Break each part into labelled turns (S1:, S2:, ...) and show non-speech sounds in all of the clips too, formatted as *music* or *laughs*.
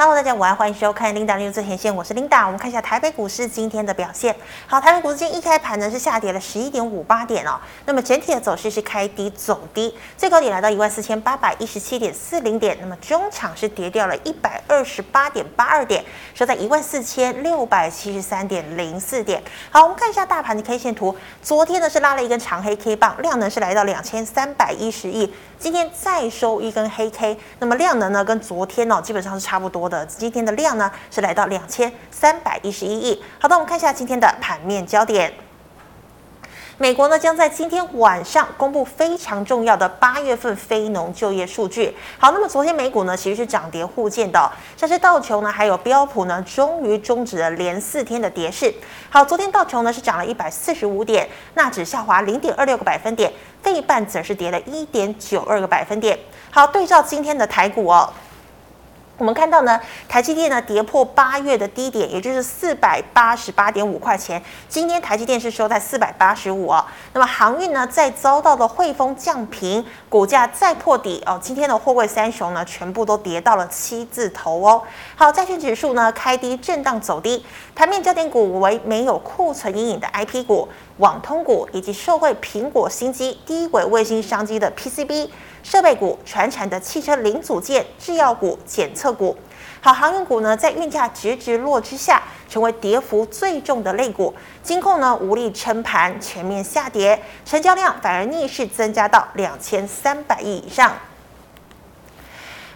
S1: Hello，大家午安，欢迎收看 Linda 六最前线，我是 Linda。我们看一下台北股市今天的表现。好，台北股市今天一开盘呢是下跌了十一点五八点哦，那么整体的走势是开低走低，最高点来到一万四千八百一十七点四零点，那么中场是跌掉了一百二十八点八二点，收在一万四千六百七十三点零四点。好，我们看一下大盘的 K 线图，昨天呢是拉了一根长黑 K 棒，量能是来到两千三百一十亿，今天再收一根黑 K，那么量能呢跟昨天哦基本上是差不多的，今天的量呢是来到两千三百一十一亿。好的，我们看一下今天的盘面焦点。美国呢将在今天晚上公布非常重要的八月份非农就业数据。好，那么昨天美股呢其实是涨跌互见的哦、像是道琼呢还有标普呢终于终止了连四天的跌势。好，昨天道琼呢是涨了一百四十五点，纳指下滑零点二六个百分点，费半则是跌了一点九二个百分点。好，对照今天的台股哦。我们看到呢，台积电呢跌破八月的低点，也就是四百八十八点五块钱。今天台积电是收在四百八十五哦。那么航运呢，再遭到了汇丰降平，股价再破底哦。今天的货柜三雄呢，全部都跌到了七字头哦。好，债券指数呢开低震荡走低，盘面焦点股为没有库存阴影的 IP 股、网通股以及受惠苹果新机低轨卫星商机的 PCB。设备股、船产的汽车零组件、制药股、检测股。好，航运股呢，在运价直直落之下，成为跌幅最重的类股。金控呢，无力撑盘，全面下跌，成交量反而逆势增加到两千三百亿以上。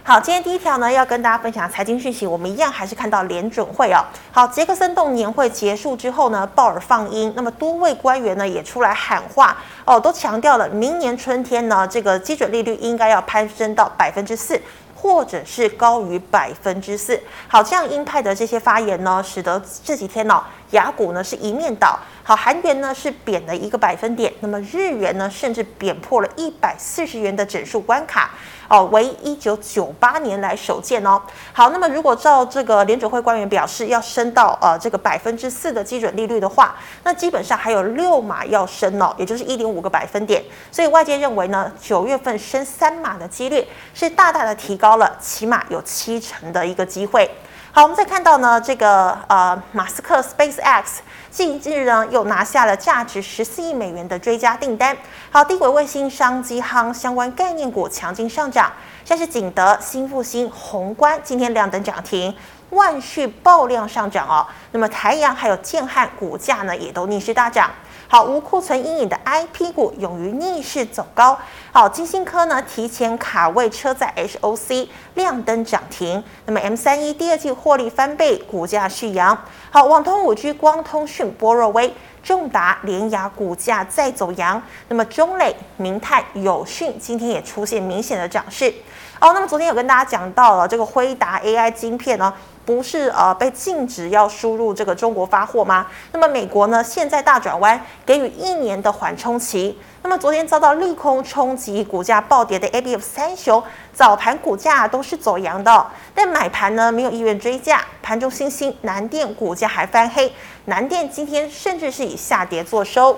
S1: 好，今天第一条呢，要跟大家分享财经讯息。我们一样还是看到联准会哦。好，杰克森洞年会结束之后呢，鲍尔放鹰，那么多位官员呢也出来喊话哦，都强调了明年春天呢，这个基准利率应该要攀升到百分之四。或者是高于百分之四。好，这样鹰派的这些发言呢，使得这几天呢、哦，雅股呢是一面倒。好，韩元呢是贬了一个百分点，那么日元呢甚至贬破了一百四十元的整数关卡，哦，为一九九八年来首见哦。好，那么如果照这个联准会官员表示要升到呃这个百分之四的基准利率的话，那基本上还有六码要升哦，也就是一点五个百分点。所以外界认为呢，九月份升三码的几率是大大的提高。高了，起码有七成的一个机会。好，我们再看到呢，这个呃，马斯克 SpaceX 近日呢又拿下了价值十四亿美元的追加订单。好，低轨卫星商机夯相关概念股强劲上涨，像是景德、新复兴、宏观今天亮灯涨停，万旭爆量上涨哦。那么台阳还有建汉股价呢也都逆势大涨。好，无库存阴影的 IP 股勇于逆势走高。好，金星科呢提前卡位车载 HOC 亮灯涨停。那么 M 三一第二季获利翻倍，股价续扬。好，网通五 G 光通讯波若威。重达、联雅股价再走阳，那么中磊、明泰、友讯今天也出现明显的涨势。哦，那么昨天有跟大家讲到了这个辉达 AI 晶片呢，不是呃被禁止要输入这个中国发货吗？那么美国呢现在大转弯，给予一年的缓冲期。那么昨天遭到利空冲击，股价暴跌的 A B F 三雄早盘股价都是走阳的、哦，但买盘呢没有意愿追价，盘中新兴南电股价还翻黑，南电今天甚至是以下跌作收。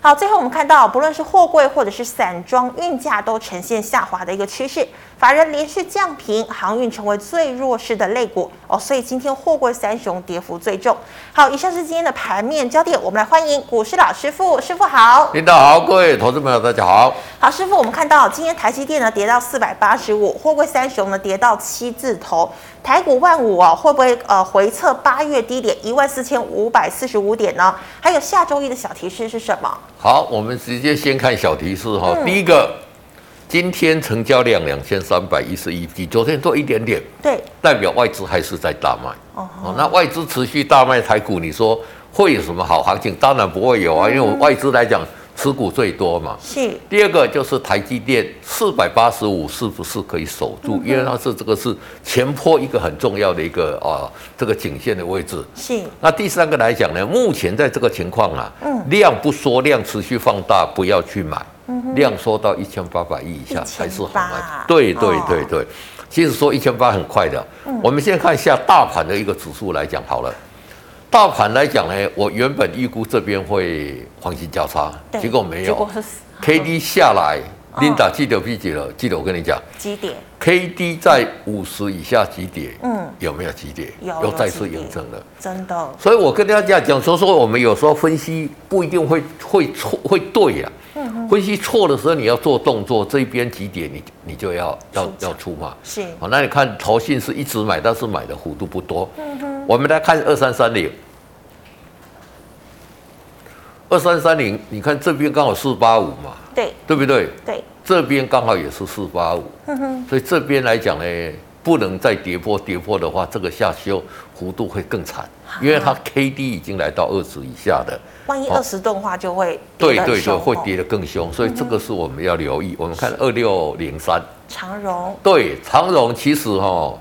S1: 好，最后我们看到，不论是货柜或者是散装运价都呈现下滑的一个趋势。法人连续降平，航运成为最弱势的类股哦，所以今天货柜三雄跌幅最重。好，以上是今天的盘面焦点，我们来欢迎股市老师傅，师傅好。
S2: 领导好，各位投资朋友大家好。
S1: 好，师傅，我们看到今天台积电呢跌到四百八十五，货柜三雄呢跌到七字头，台股万五哦会不会呃回测八月低点一万四千五百四十五点呢？还有下周一的小提示是什么？
S2: 好，我们直接先看小提示哈、第一个，今天成交量两千三百一十一，比昨天多一点点，
S1: 对，
S2: 代表外资还是在大卖。
S1: 哦
S2: 哦，那外资持续大卖台股，你说会有什么好行情？当然不会有啊，因为我们外资来讲持股最多嘛。
S1: 是，
S2: 第二个就是台积电四百八十五是不是可以守住？因为它是这个是前坡一个很重要的一个啊、这个颈线的位置。
S1: 是，
S2: 那第三个来讲呢，目前在这个情况啊，量不缩，量持续放大，不要去买，量缩到嗯一千八百亿以下
S1: 1800
S2: 才是好买。对对
S1: 哦
S2: 对对，其实说一千八很快的。我们先看一下大盘的一个指数来讲好了。大盘来讲呢，我原本预估这边会黄金交叉
S1: 对，
S2: 结果没哦
S1: 结
S2: 有
S1: 果是
S2: ，K D 下来 Linda 记得不记得？记得我跟你讲
S1: 几点？
S2: ，K D 在五十以下几点？
S1: 嗯，
S2: 有没有几点？
S1: 有
S2: 又
S1: 有
S2: 再
S1: 几
S2: 次
S1: 点
S2: 验证了。
S1: 真的，
S2: 所以我跟大家讲，所以说我们有时候分析不一定会会错会对呀、
S1: 嗯
S2: 分析错的时候，你要做动作，这一边几点你你就要要
S1: 出场
S2: 要出嘛。
S1: 是
S2: 好，那你看投信是一直买，但是买的幅度不多。
S1: 嗯
S2: 我们来看二三三零，二三三零，你看这边刚好四八五嘛，
S1: 对
S2: 对不对？
S1: 对，
S2: 这边刚好也是四八五，所以这边来讲呢，不能再跌破，跌破的话，这个下修幅度会更惨，因为它 K D 已经来到二十以下的，
S1: 万一
S2: 好
S1: 二十吨的话就会跌
S2: 对
S1: 得很
S2: 对对，
S1: 凶
S2: 会
S1: 哦嗯
S2: 跌得更凶，所以这个是我们要留意。我们看二六零三，
S1: 长荣
S2: 对长荣其实哈、哦，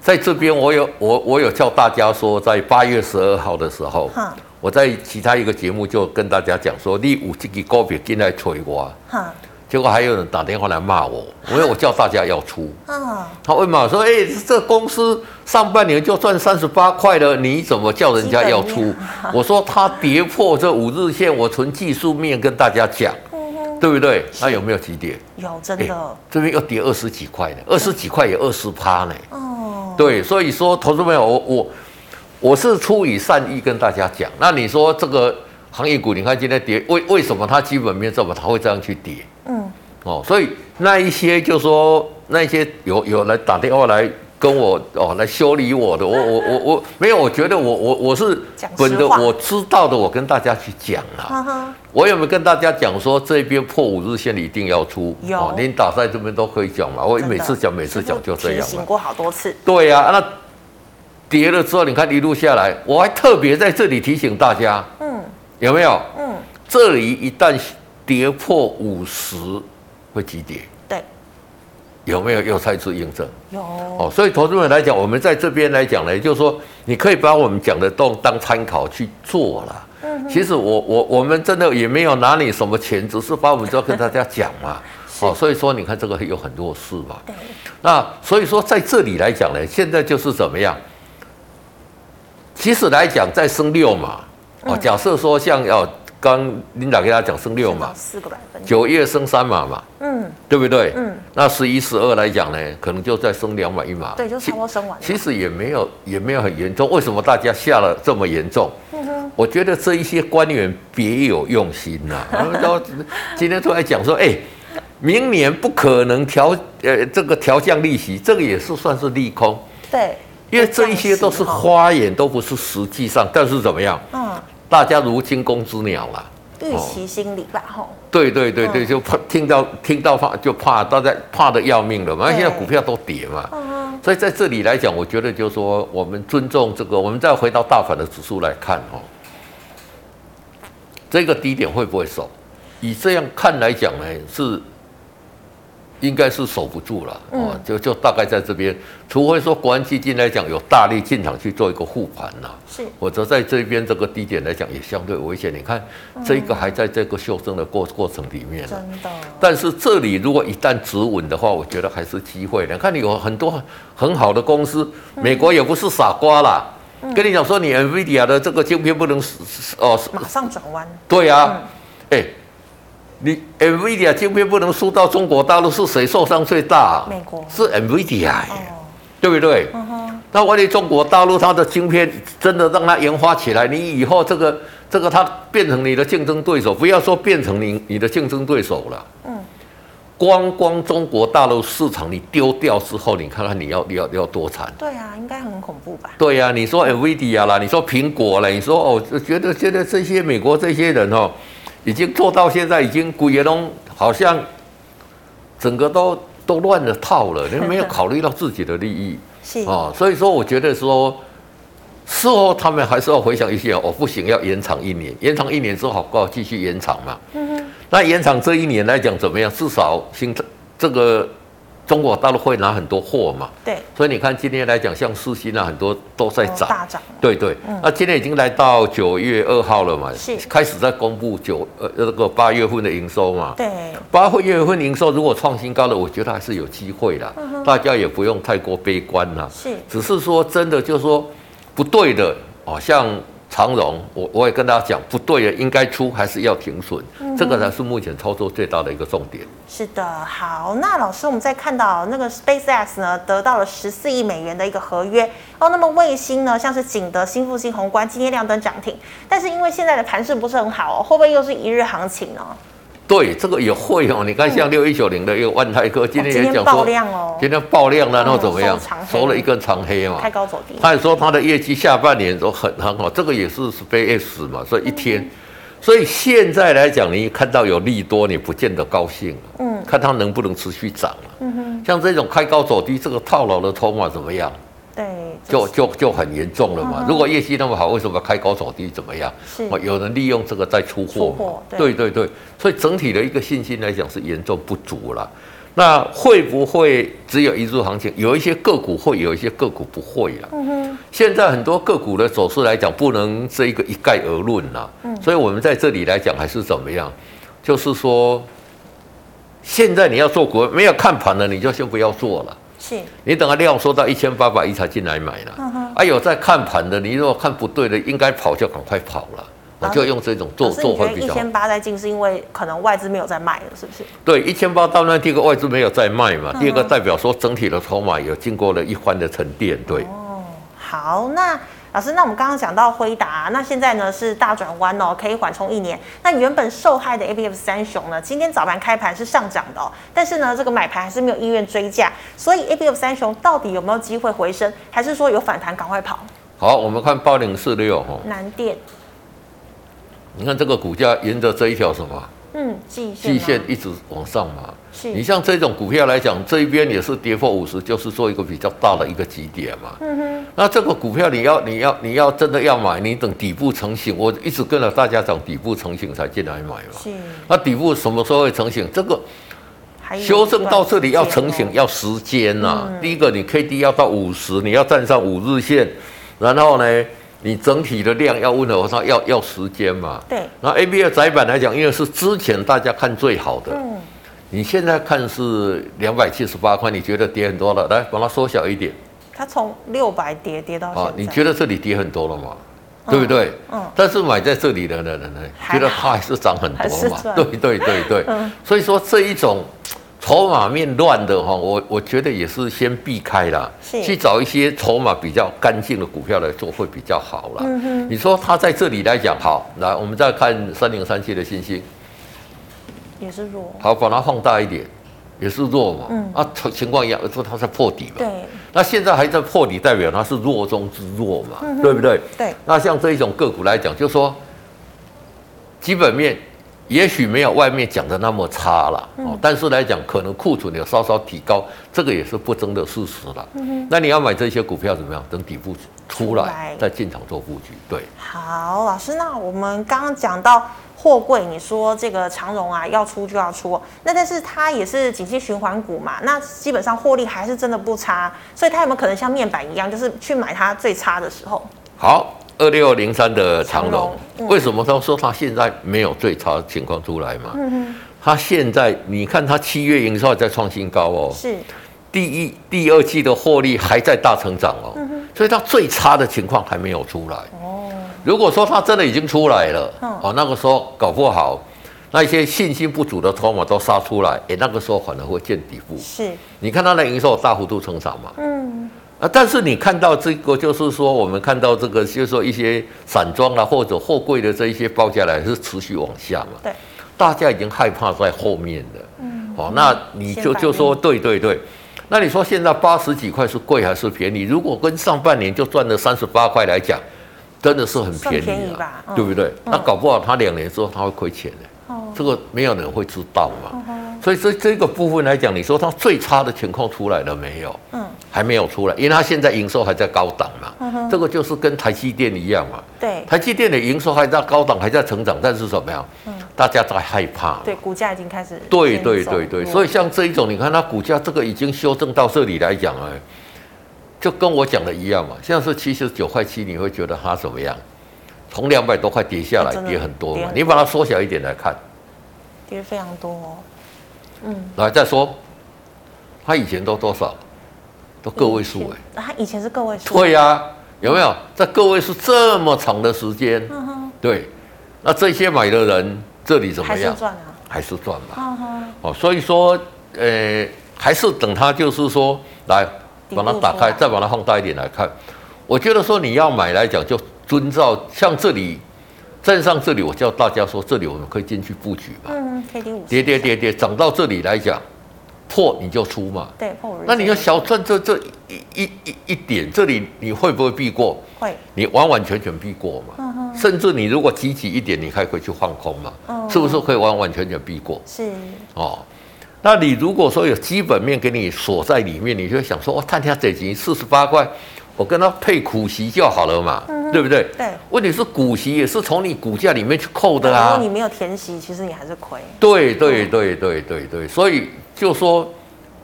S2: 在这边我有我我有叫大家说，在八月十二号的时候
S1: 哈，
S2: 我在其他一个节目就跟大家讲说，你有这个股票进来催我。
S1: 哈
S2: 结果还有人打电话来骂我，因为我叫大家要出。
S1: 啊，
S2: 他问嘛说：“哎、这公司上半年就赚三十八块了，你怎么叫人家要
S1: 基本
S2: 出
S1: 面？”
S2: *laughs* 我说：“他跌破这五日线，我从技术面跟大家讲，对不对？那有没有起点？
S1: 有真
S2: 哎
S1: 的
S2: 这边又跌二十几块呢，二十几块也二十趴呢。
S1: 哦，
S2: 对，所以说，投资朋友，我我我是出于善意跟大家讲。那你说这个行业股，你看今天跌，为为什么它基本面这么，它会这样去跌？
S1: 嗯，
S2: 哦，所以那一些就说那一些有有来打电话来跟我哦来修理我的，我我我我没有，我觉得我我我是
S1: 讲实
S2: 本的
S1: 话
S2: 我知道的，我跟大家去讲啦。
S1: 哈哈，
S2: 我有没有跟大家讲说这边破五日线一定要出？哦
S1: 有
S2: 您打在这边都可以讲嘛，我
S1: 真的
S2: 每次讲每次讲就这
S1: 提
S2: 样
S1: 醒
S2: 嘛。
S1: 过好多次，
S2: 对呀、啊，那跌了之后，你看一路下来，我还特别在这里提醒大家，
S1: 嗯
S2: 有没有？
S1: 嗯，
S2: 这里一旦跌破五十，会急跌。
S1: 对，
S2: 有没有又再次印证？
S1: 有
S2: 哦，所以投资人来讲，我们在这边来讲呢，就是说，你可以把我们讲的动当参考去做啦。
S1: 嗯
S2: 其实我我我们真的也没有拿你什么钱，只是把我们就要跟大家讲
S1: *laughs*
S2: 嘛。哦，所以说你看这个有很弱势嘛。
S1: 对，
S2: 那所以说在这里来讲呢，现在就是怎么样？其实来讲再升六嘛，
S1: 嗯
S2: 哦，假设说像哦，刚领导给大家讲升六嘛，
S1: 四个百分点，
S2: 九月升三码嘛，
S1: 嗯，
S2: 对不对？
S1: 嗯。
S2: 那十一、十二来讲呢，可能就再升两码一码。
S1: 对，就差
S2: 其
S1: 不多生完了，
S2: 其实也没有也没有很严重，为什么大家下了这么严重？我觉得这一些官员别有用心呐、 *laughs* 他们都今天出来讲说，哎、明年不可能调呃这个调降利息，这个也是算是利空，
S1: 对，
S2: 因为这一些都是
S1: 降息哦
S2: 花眼，都不是实际上。但是怎么样，
S1: 嗯，
S2: 大家如惊弓之鸟啦、
S1: 预
S2: 哦
S1: 期心理吧，吼，
S2: 对对对对，
S1: 嗯
S2: 就怕听到听到怕就怕，大家怕的要命了嘛。
S1: 对
S2: 现在股票都跌嘛，
S1: 嗯，
S2: 所以在这里来讲，我觉得就是说，我们尊重这个，我们再回到大盘的指数来看哦，这个低点会不会守？以这样看来讲呢，是应该是守不住了、哦，就就大概在这边，除非说国安基金来讲有大力进场去做一个护盘呐、
S1: 是
S2: 我则在这边这个低点来讲也相对危险。你看，这个还在这个修正的过过程里面呢。
S1: 真的，
S2: 但是这里如果一旦止稳的话，我觉得还是机会的。看你有很多很好的公司，
S1: 嗯
S2: 美国也不是傻瓜啦。跟你讲说，你 NVIDIA 的这个晶片不能死死哦，死
S1: 马上转弯，
S2: 对啊，
S1: 嗯
S2: 哎、你 NVIDIA 晶片不能输到中国大陆，是谁受伤最大啊、
S1: 美国
S2: 是 NVIDIA，、耶
S1: 哦，
S2: 对不对？
S1: 嗯哼，
S2: 那万一中国大陆它的晶片真的让它研发起来，你以后这个这个它变成你的竞争对手，不要说变成你你的竞争对手了，
S1: 嗯，
S2: 光光中国大陆市场你丢掉之后，你看看你要你要你要多惨。
S1: 对啊，应该很恐怖吧？
S2: 对呀、你说 NVIDIA 啦，你说苹果啦，你说哦，我觉得觉得这些美国这些人哦，已经做到现在，已经古也东好像整个都都乱了套了，你没有考虑到自己的利益。
S1: 是，
S2: 哦，所以说我觉得说，事后他们还是要回想一下，哦，不行，要延长一年，延长一年之后，好不好继续延长嘛？
S1: 嗯
S2: 那延长这一年来讲怎么样？至少新这个中国大陆会拿很多货嘛，
S1: 哼，对，
S2: 所以你看今天来讲，像四星啊，很多都在
S1: 哦
S2: 涨。
S1: 大涨，
S2: 对对，那今天已经来到九月二号了嘛，
S1: 是
S2: 开始在公布九呃那个八月份的营收嘛。
S1: 对，
S2: 八月份营收如果创新高了，我觉得还是有机会啦，
S1: 嗯
S2: 大家也不用太过悲观啦。
S1: 是
S2: 只是说真的，就是说不对的哦，像长荣，我我也跟大家讲，不对了，应该出还是要停损，
S1: 嗯
S2: 这个才是目前操作最大的一个重点。
S1: 是的，好，那老师，我们再看到那个 SpaceX 呢，得到了十四亿美元的一个合约哦。那么卫星呢，像是景德、新复兴、宏观，今天亮灯涨停，但是因为现在的盘势不是很好哦，会不会又是一日行情哦呢？
S2: 对，这个也会哦。你看，像六一九零的一个万泰科，今天也
S1: 嗯哦今天
S2: 讲
S1: 爆
S2: 说，
S1: 量哦
S2: 今天爆量
S1: 嗯
S2: 了，那怎么样
S1: 收长？黑
S2: 收了一根长黑嘛
S1: 开。高走低，
S2: 他也说他的业绩下半年都很很好，这个也是 SpaceX 嘛，所以一天，
S1: 嗯
S2: 所以现在来讲，你看到有利多，你不见得高兴、
S1: 嗯，
S2: 看它能不能持续涨啊。
S1: 嗯哼，
S2: 像这种开高走低，这个套牢的筹码怎么样？
S1: 对，
S2: 就是就就很严重了嘛。
S1: 嗯
S2: 如果业绩那么好，为什么开高走低怎么样？
S1: 是
S2: 哦，有人利用这个在出货
S1: 出
S2: 嘛，
S1: 货对
S2: 对对对，所以整体的一个信心来讲是严重不足了。那会不会只有一注行情？有一些个股会，有一些个股不会啦。
S1: 嗯哼，
S2: 现在很多个股的走势来讲，不能这一个一概而论啦。
S1: 嗯
S2: 所以我们在这里来讲还是怎么样，就是说，现在你要做股，没有看盘的你就先不要做了。
S1: 是，
S2: 你等它量缩到一千八百亿才进来买了。
S1: 嗯哼
S2: 啊，有在看盘的，你如果看不对的，应该跑就赶快跑了。我
S1: 啊
S2: 就用这种做
S1: 老师，
S2: 做
S1: 你觉
S2: 会
S1: 得
S2: 比
S1: 一
S2: 较好。
S1: 千八再进是因为可能外资没有在卖了，是不是？
S2: 对，一千八到那第一个外资没有再卖嘛，
S1: 嗯
S2: 第二个代表说整体的筹码有经过了一番的沉淀。对，
S1: 哦好，那老师，那我们刚刚讲到辉达，那现在呢是大转弯哦，可以缓冲一年。那原本受害的 A B F 三雄呢，今天早盘开盘是上涨的哦，但是呢这个买盘还是没有意愿追价，所以 A B F 三雄到底有没有机会回升，还是说有反弹赶快跑？
S2: 好，我们看八零四六哈，
S1: 南电，
S2: 你看这个股价沿着这一条什么
S1: 嗯，季线
S2: 季
S1: 吗，
S2: 线一直往上嘛。你
S1: 是，
S2: 像这种股票来讲，这一边也是跌破五十，就是做一个比较大的一个极点嘛。
S1: 嗯哼，
S2: 那这个股票你要你要你要真的要买，你等底部成型。我一直跟着大家讲底部成型才进来买嘛。
S1: 是，
S2: 那底部什么时候会成型？这个
S1: 还有一
S2: 修正到这里要
S1: 段时
S2: 成
S1: 间
S2: 型
S1: 哦，嗯
S2: 要时间呐、第一个你 K D 要到五十，你要站上五日线，然后呢，你整体的量要温和，我说要要时间嘛。
S1: 对，
S2: 那 A B 二窄板来讲，因为是之前大家看最好的，
S1: 嗯，
S2: 你现在看是两百七十八块，你觉得跌很多了？来，把它缩小一点
S1: 它从六百跌跌到现
S2: 啊
S1: 在，，
S2: 你觉得这里跌很多了吗？
S1: 嗯
S2: 对不对？
S1: 嗯，
S2: 但是买在这里的人呢，
S1: 还好
S2: 觉得它还是涨很
S1: 还是
S2: 多嘛
S1: 赚？
S2: 对对对对，
S1: 嗯
S2: 所以说这一种筹码面乱的哈，我我觉得也是先避开啦，
S1: 是
S2: 去找一些筹码比较干净的股票来做会比较好啦。
S1: 嗯哼
S2: 你说它在这里来讲好，来我们再看三零三七的信息，
S1: 也是弱，
S2: 好，把它放大一点，也是弱嘛，
S1: 嗯
S2: 啊，情况一样，说它在破底嘛，
S1: 对，
S2: 那现在还在破底，代表它是弱中之弱嘛，
S1: 嗯
S2: 对不对？
S1: 对，
S2: 那像这一种个股来讲，就说基本面也许没有外面讲的那么差了、
S1: 嗯
S2: 哦，但是来讲可能库存有稍稍提高，这个也是不争的事实了。那你要买这些股票怎么样？等底部出
S1: 嗯出来
S2: 来再进场做布局。对，
S1: 好，老师，那我们刚刚讲到货柜，你说这个长荣啊要出就要出，那但是它也是景气循环股嘛，那基本上获利还是真的不差，所以它有没有可能像面板一样，就是去买它最差的时候？
S2: 好，二六零三的长
S1: 长
S2: 荣
S1: 荣，嗯
S2: 为什么他说他现在没有最差的情况出来嘛？
S1: 嗯
S2: 他现在你看他七月营收还在创新高哦，
S1: 是
S2: 第一、第二季的获利还在大成长哦，所以它最差的情况还没有出来。
S1: 嗯哦，
S2: 如果说它真的已经出来了，
S1: 嗯
S2: 哦，那个时候搞不好那一些信心不足的筹码都杀出来，诶、那个时候反而会见底部。
S1: 是，
S2: 你看它的营收有大幅度成长嘛，
S1: 嗯，
S2: 啊，但是你看到这个，就是说我们看到这个，就是说一些散装啊或者货柜的这一些报价来是持续往下嘛，
S1: 对，
S2: 大家已经害怕在后面了。
S1: 嗯，
S2: 哦，那你
S1: 先
S2: 就
S1: 反
S2: 就
S1: 应
S2: 说对对对，那你说现在八十几块是贵还是便宜？如果跟上半年就赚了三十八块来讲，真的是很
S1: 算
S2: 便宜
S1: 便宜
S2: 了、
S1: 吧嗯
S2: 对不对？那搞不好他两年之后他会亏钱的，
S1: 哦，
S2: 这个没有人会知道嘛。
S1: 哦，
S2: 所以这这个部分来讲，你说它最差的情况出来了没有？
S1: 嗯，
S2: 还没有出来，因为它现在营收还在高档
S1: 嗯
S2: 嘛
S1: 哼。
S2: 这个就是跟台积电一样嘛，
S1: 对，
S2: 台积电的营收还在高档，还在成长，但是怎么样？
S1: 嗯
S2: 大家在害怕嘛。
S1: 对，股价已经开始
S2: 对
S1: 先
S2: 对
S1: 走
S2: 对对，
S1: 弱
S2: 所以像这一种，你看它股价这个已经修正到这里来讲哎，就跟我讲的一样嘛。像是七十九块七，你会觉得它怎么样？从两百多块跌下
S1: 哎
S2: 来
S1: 真，的
S2: 跌很多
S1: 跌
S2: 嘛
S1: 很。多
S2: 你把它缩小一点来看，
S1: 跌非常多、哦，嗯，
S2: 来再说，它以前都多少？都个位数哎、
S1: 以前，它以前是个位数，
S2: 对呀、有没有？在个位数这么长的时间，
S1: 嗯哼，
S2: 对，那这些买的人这里怎么
S1: 还是
S2: 样？
S1: 赚啊，
S2: 还是赚嘛。
S1: 嗯哼，
S2: 哦，所以说，呃，还是等它就是说来
S1: 底部
S2: 把它打
S1: 出来
S2: 开，再把它放大一点来看。我觉得说你要买来讲，就遵照像这里站上这里，我叫大家说这里我们可以进去布局嘛。
S1: 嗯，K D 五
S2: 跌跌，跌跌，涨到这里来讲，破你就出嘛。
S1: 对，破五日线，
S2: 那你要小赚这这一一一一点，这里你会不会避过？
S1: 会，
S2: 你完完全全避过嘛？甚至你如果积极一点，你还可以去放空嘛？
S1: 嗯
S2: 是不是可以完完全全避过？
S1: 是，
S2: 哦，那你如果说有基本面给你锁在里面，你就会想说，哦，探下这集四十八块，我跟他配股息就好了嘛，
S1: 嗯
S2: 对不对？
S1: 对。
S2: 问题是股息也是从你股价里面去扣的
S1: 如
S2: 啊
S1: 果。哦你没有填息，其实你还是亏，
S2: 对对对对对对，所以就说，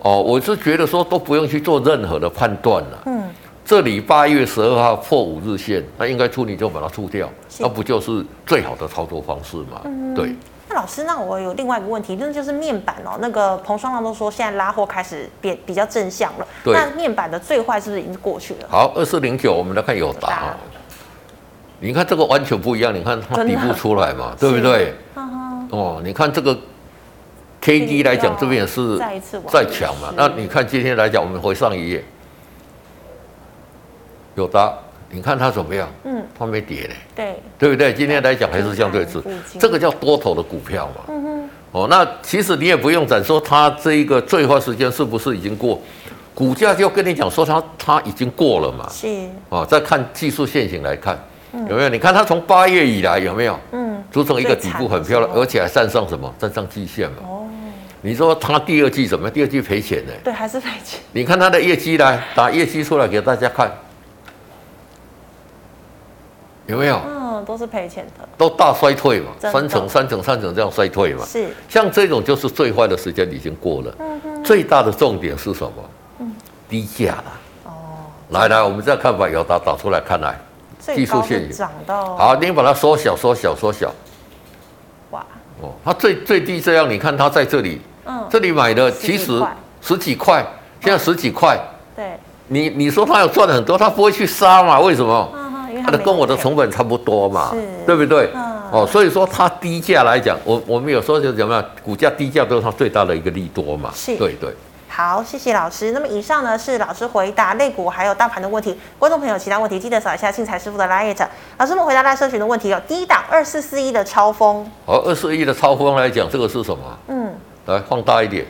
S2: 哦，我是觉得说都不用去做任何的判断了。
S1: 嗯，
S2: 这里八月十二号破五日线，那应该出你就把它出掉，
S1: 是嗯
S2: 那不就是最好的操作方式嘛？对。
S1: 那老师，那我有另外一个问题，那就是面板哦。那个彭双浪都说现在拉货开始变比较正向了，
S2: 对
S1: 那面板的最坏是不是已经过去了？
S2: 好，二四零九，我们来看友达
S1: 友达
S2: 啊。你看这个完全不一样，你看它
S1: 真的
S2: 底部出来嘛，对不
S1: 是
S2: 对？
S1: 哈哈，
S2: 哦，你看这个 K D 来讲，这边也是
S1: 哦再一次往
S2: 在强嘛
S1: 是。
S2: 那你看今天来讲，我们回上一页，友达，你看它怎么样？
S1: 嗯，
S2: 它没跌嘞，
S1: 对，
S2: 对不对？今天来讲还是相对
S1: 平
S2: 值
S1: 盘附，近
S2: 这个叫多头的股票嘛。
S1: 嗯哼，
S2: 哦，那其实你也不用讲说它这一个最坏时间是不是已经过，股价就跟你讲说它它已经过了嘛。
S1: 是，
S2: 哦，再看技术线型来看，有没有？你看它从八月以来有没有
S1: 嗯，
S2: 组成一个底部很漂亮，
S1: 最惨的时候
S2: 而且还站上什么？站上季线嘛。
S1: 哦，
S2: 你说它第二季怎么样？第二季赔钱呢？
S1: 对，还是赔钱，
S2: 你看它的业绩来，打业绩出来给大家看，有没有？
S1: 嗯，都是赔钱的，
S2: 都大衰退嘛，
S1: 真的
S2: 三层、三层、三层这样衰退嘛。
S1: 是，
S2: 像这种就是最坏的时间已经过了，
S1: 嗯哼，嗯
S2: 最大的重点是什么？低价了。
S1: 哦，
S2: 来来，我们再看把友达打出来看来。
S1: 最
S2: 技术
S1: 高
S2: 陷
S1: 是
S2: 阱
S1: 涨到，
S2: 好，你把它缩小、缩小、缩小。
S1: 哇，
S2: 哦，它最最低这样，你看它在这里，
S1: 嗯，
S2: 这里买的
S1: 十几
S2: 其实
S1: 块嗯
S2: 十几块，现在十几块，
S1: 对，
S2: 你你说它有赚很多，它不会去杀嘛？为什么？
S1: 嗯哼，因为
S2: 它的
S1: 没
S2: 跟我的
S1: 赔
S2: 成本差不多嘛
S1: 是，
S2: 对不对
S1: 嗯？
S2: 哦，所以说它低价来讲，我我们有时候就怎么样，股价低价都是它最大的一个利多嘛，
S1: 是
S2: 对对。
S1: 好，谢谢老师。那么以上呢是老师回答类股还有大盘的问题。观众朋友其他问题记得扫一下信财师傅的 liet。老师们回答大社群的问题哦，第一档二四四一的超风，
S2: 好，二十亿的超风来讲，这个是什么？
S1: 嗯，
S2: 来放大一点，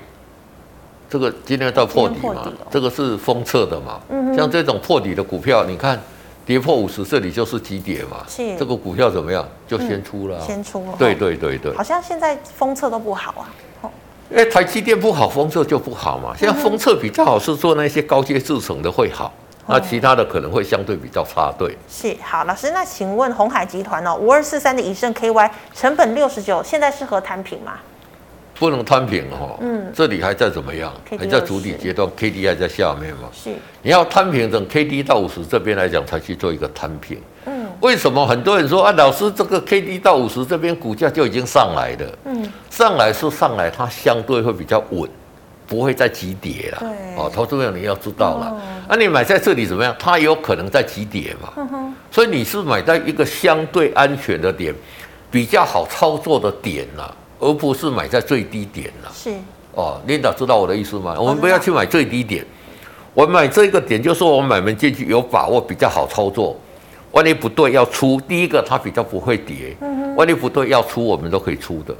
S2: 这个今天到破底
S1: 今天破
S2: 嘛
S1: 底了，
S2: 这个是封测的嘛
S1: 嗯哼，
S2: 像这种破底的股票，你看跌破五十，这里就是急跌嘛
S1: 是，嗯
S2: 这个股票怎么样就先出了啊、
S1: 先出了，
S2: 对，对对对
S1: 好，像现在封测都不好啊，哦
S2: 因为台积电不好，封测就不好
S1: 嗯
S2: 嘛。现在封测比较好，是做那些高阶制程的会好，
S1: 哦
S2: 那其他的可能会相对比较差。对，
S1: 是好，老师，那请问红海集团哦，五二四三的以盛 KY 成本六十九，现在适合摊平吗？
S2: 不能摊平哦。
S1: 嗯
S2: 这里还在怎么样？
S1: KD
S2: 还在主体阶段，K D 还在下面嘛。
S1: 是，
S2: 你要摊平，等 K D 到五十这边来讲才去做一个摊平。
S1: 嗯
S2: 为什么很多人说啊，老师这个 K D 到五十这边股价就已经上来了？
S1: 嗯，
S2: 上来是上来，它相对会比较稳，不会再急跌啦
S1: 对。
S2: 哦，投资人你要知道了
S1: 哦，
S2: 那、你买在这里怎么样？它也有可能在急跌嘛。
S1: 哼嗯哼，
S2: 所以你是买在一个相对安全的点，比较好操作的点啦、而不是买在最低点啦、
S1: 是，
S2: 哦，Linda 知道我的意思吗？我
S1: 知
S2: 们
S1: 道
S2: 不要去买最低点，我买这个点就是我买门进去有把握，比较好操作。万一不对要出，第一个它比较不会跌，
S1: 嗯
S2: 万一不对要出，我们都可以出的。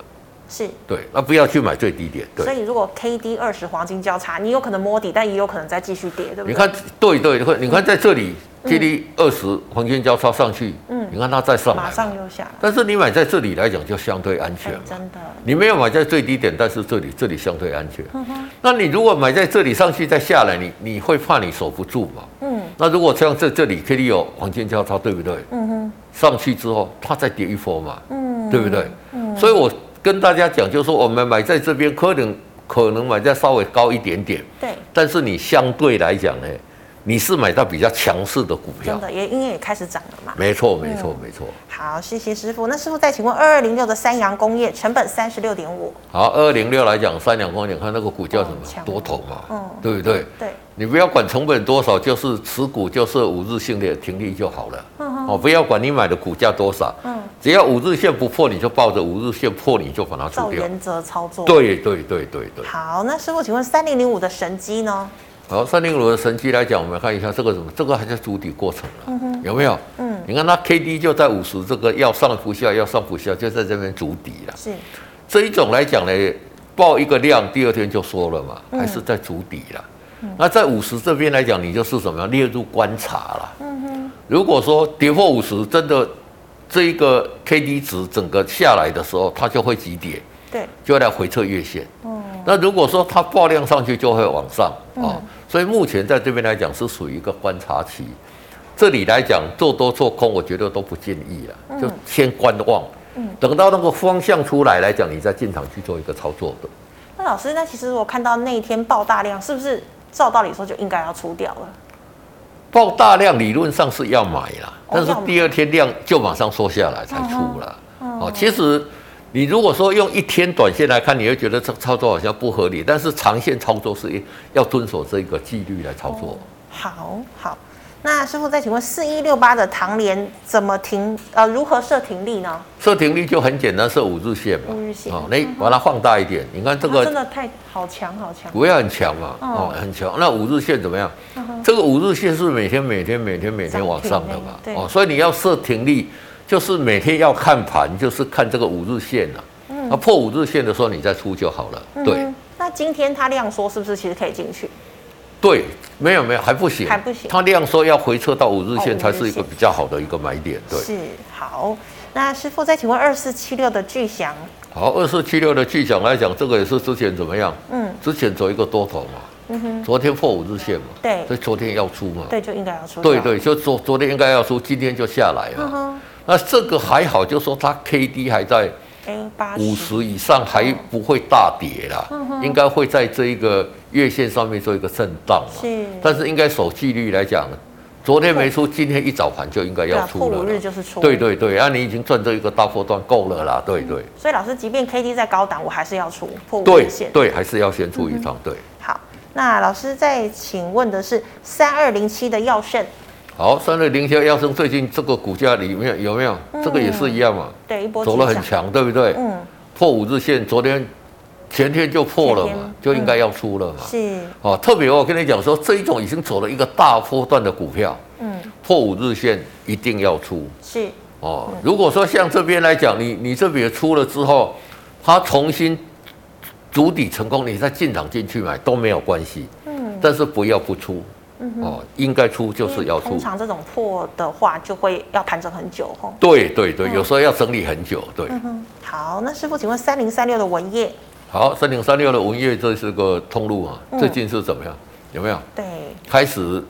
S1: 是。
S2: 对，那不要去买最低点。
S1: 所
S2: 对，
S1: 以如果 K D 二十黄金交叉，你有可能摸底，但也有可能再继续跌，对不对？
S2: 你看，对对，你看，你看在这里 K D 二十黄金交叉上去，
S1: 嗯
S2: 你看它再上来
S1: 马，上又下来。
S2: 但是你买在这里来讲就相对安
S1: 哎
S2: 全嘛。
S1: 真的，
S2: 你没有买在最低点，但是这里这里相对安全。
S1: 嗯哼，
S2: 那你如果买在这里上去再下来，你你会怕你守不住嘛？
S1: 嗯
S2: 那如果像这这里 K D 有黄金交叉，对不对？
S1: 嗯哼，
S2: 上去之后，它再跌一波嘛，
S1: 嗯，
S2: 对不对？所以我跟大家讲，就是说我们买在这边，可能可能买在稍微高一点点，
S1: 对，
S2: 但是你相对来讲呢，你是买到比较强势的股票
S1: 真。的嗯也因为也开始涨了嘛。
S2: 没错，没错，没错。
S1: 好，谢谢师傅。那师傅再请问，二二零六的三洋工业成本三十六点五，
S2: 好，二零六来讲，三两光点，看那个股叫什么
S1: 哦强？
S2: 多头嘛，
S1: 嗯
S2: 对不对？
S1: 对，
S2: 你不要管成本多少，就是持股就是五日线的停利就好了。哦，不要管你买的股价多少，
S1: 嗯，
S2: 只要五日线不破，你就抱着五日线破，你就把它出
S1: 照
S2: 掉。
S1: 原则操作。。
S2: 对对对对对。
S1: 好，那师傅请问三零零五的神机呢？
S2: 好，三零五的神机来讲，我们看一下这个什么，这个还在筑底过程了、有没有？
S1: 嗯，
S2: 你看它 K D 就在五十，这个要上不下，要上不下，就在这边筑底了。
S1: 是，
S2: 这一种来讲呢，报一个量，第二天就缩了嘛，
S1: 嗯
S2: 还是在筑底了。那在五十这边来讲，你就是什么样列入观察了。
S1: 嗯哼，
S2: 如果说跌破五十，真的这一个 K D 值整个下来的时候，它就会急跌，
S1: 对，
S2: 就会来回测月线。
S1: 嗯，
S2: 那如果说它爆量上去，就会往上哦。所以目前在这边来讲是属于一个观察期。这里来讲做多做空，我觉得都不建议了，就先观望。等到那个方向出来来讲，你再进场去做一个操作的。
S1: 那老师，那其实我看到那一天爆大量，是不是照道理说就应该要出掉了？
S2: 爆大量理论上是要买啦，
S1: 哦
S2: 但是第二天量就马上缩下来才出啦。哦，其实你如果说用一天短线来看，你会觉得这操作好像不合理，但是长线操作是要遵守这个纪律来操作。
S1: 好好，那师傅再请问四一六八的唐联怎么停？呃，如何设停利呢？
S2: 设停率就很简单，设五日线啊嘛。
S1: 五日线
S2: 哦，那把它放大一点，你看这
S1: 啊它真
S2: 个
S1: 的太好强好强，
S2: 股要很强嘛，
S1: 哦嗯
S2: 哦，很强。那五日线怎么样？这个五日线是每天每天每天每天往上
S1: 涨
S2: 的嘛
S1: 停的，哎对
S2: 哦，所以你要设停力，就是每天要看盘，就是看这个五日线呐、啊。那破五日线的时候你再出就好了。
S1: 嗯
S2: 对
S1: 哼。那今天它量缩，是不是其实可以进去？
S2: 对，没有没有还不行，
S1: 还不行
S2: 它量说要回撤到五日
S1: 哦
S2: 线才是一
S1: 五
S2: 个
S1: 日线
S2: 比较好的一个买点。对。
S1: 是好。那师傅再请问二四七六的巨翔，
S2: 好，二四七六的巨响来讲，这个也是之前怎么样？
S1: 嗯，
S2: 之前走一个多头嘛，
S1: 嗯哼，
S2: 昨天破五日线嘛，
S1: 对
S2: 所以昨天要出嘛，
S1: 对，就应该要出掉。
S2: 对，对，就昨昨天应该要出，今天就下来
S1: 嗯
S2: 了。
S1: 哼
S2: 那这个还好，就说它 K D 还在
S1: ，A 哎八
S2: 五，十以上，还不会大跌啦，
S1: 嗯
S2: 应该会在这一个月线上面做一个震荡嘛。
S1: 是
S2: 但是应该守纪律来讲，昨天没出，今天一早盘就应该
S1: 对
S2: 要
S1: 啊，
S2: 出
S1: 破
S2: 了
S1: 五
S2: 啦
S1: 日。就是出。嗯
S2: 对。对对，那、你已经赚这一个大波段够了啦，对对。
S1: 所以老师，即便 K D 在高档，我还是要出破五
S2: 对
S1: 日线。
S2: 对，还是要先出一
S1: 嗯
S2: 趟。对，
S1: 好，那老师再请问的是三二零七的药盛，
S2: 好，三六零七药生最近这个股价里面有没有？
S1: 嗯
S2: 这个也是一样嘛，
S1: 对，一波
S2: 走
S1: 急
S2: 了很
S1: 涨
S2: 强，对不对？
S1: 嗯，
S2: 破五日线，昨天前天就破了嘛
S1: 前天，嗯
S2: 就应该要出了嘛。
S1: 是，
S2: 哦，特别我跟你讲说，这一种已经走了一个大波段的股票，
S1: 嗯，
S2: 破五日线一定要出
S1: 是，
S2: 哦。
S1: 嗯
S2: 如果说像这边来讲，你你这边出了之后，它重新筑底成功，你再进场进去买都没有关系。
S1: 嗯，
S2: 但是不要不出，哦，应该出就是要
S1: 通
S2: 出。
S1: 常这种破的话，就会要盘整很久吼。
S2: 对对对，有时候要整理很久。对，
S1: 嗯，好，那师傅，请问三零三六的文业，
S2: 好，三零三六的文业这是个通路啊，
S1: 嗯
S2: 最近是怎么样？有没有
S1: 对，
S2: 开始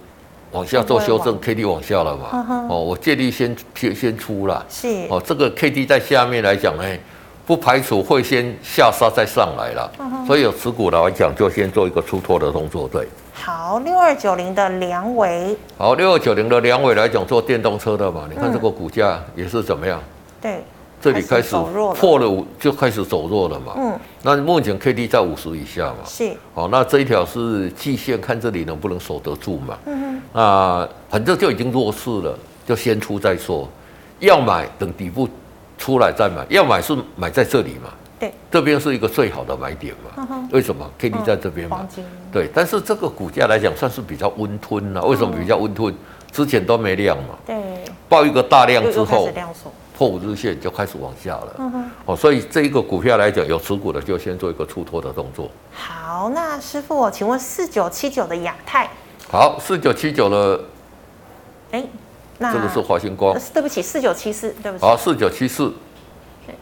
S2: 往下做修
S1: 会
S2: 正
S1: 往
S2: ？K D 往下了
S1: 嗯
S2: 嘛
S1: 哼？
S2: 哦，我建议先先先出啦。
S1: 是，
S2: 哦，这个 K D 在下面来讲呢，哎不排除会先下杀再上来了，所以有持股来讲就先做一个出脱的动作。对，
S1: 好，六二九零的梁维，
S2: 好，六二九零的梁伟来讲做电动车的嘛，
S1: 嗯
S2: 你看这个股价也是怎么样？
S1: 对，
S2: 这里开始
S1: 走弱了，
S2: 破了五就开始走弱了嘛。
S1: 嗯，
S2: 那目前 K D 在五十以下嘛，
S1: 是，
S2: 好，哦那这一条是季线，看这里能不能守得住嘛。
S1: 嗯
S2: 那反正就已经弱势了，就先出再说。要买等底部出来再买，要买是买在这里嘛，
S1: 哼，对，
S2: 这边是一个最好的买点
S1: 嗯
S2: 嘛。
S1: 哼，
S2: 为什么 K D
S1: 嗯
S2: 在这边嘛
S1: 黄？金，
S2: 对，但是这个股价来讲算是比较温吞了、为
S1: 嗯
S2: 什么比较温吞？之前都没量嘛，
S1: 对，
S2: 爆一个大量
S1: 又
S2: 之
S1: 又开
S2: 后
S1: 始，量缩，
S2: 破五日线就开始往下了。
S1: 嗯哼。
S2: 哦，所以这一个股票来讲，有持股的就先做一个出脱的动作。
S1: 好，那师傅，我请问四九七九的亚太，
S2: 好，四九七九的
S1: 哎、那
S2: 这个是华星光
S1: 呃，对不起，四九七四，对不起。
S2: 好，四九七四
S1: 对，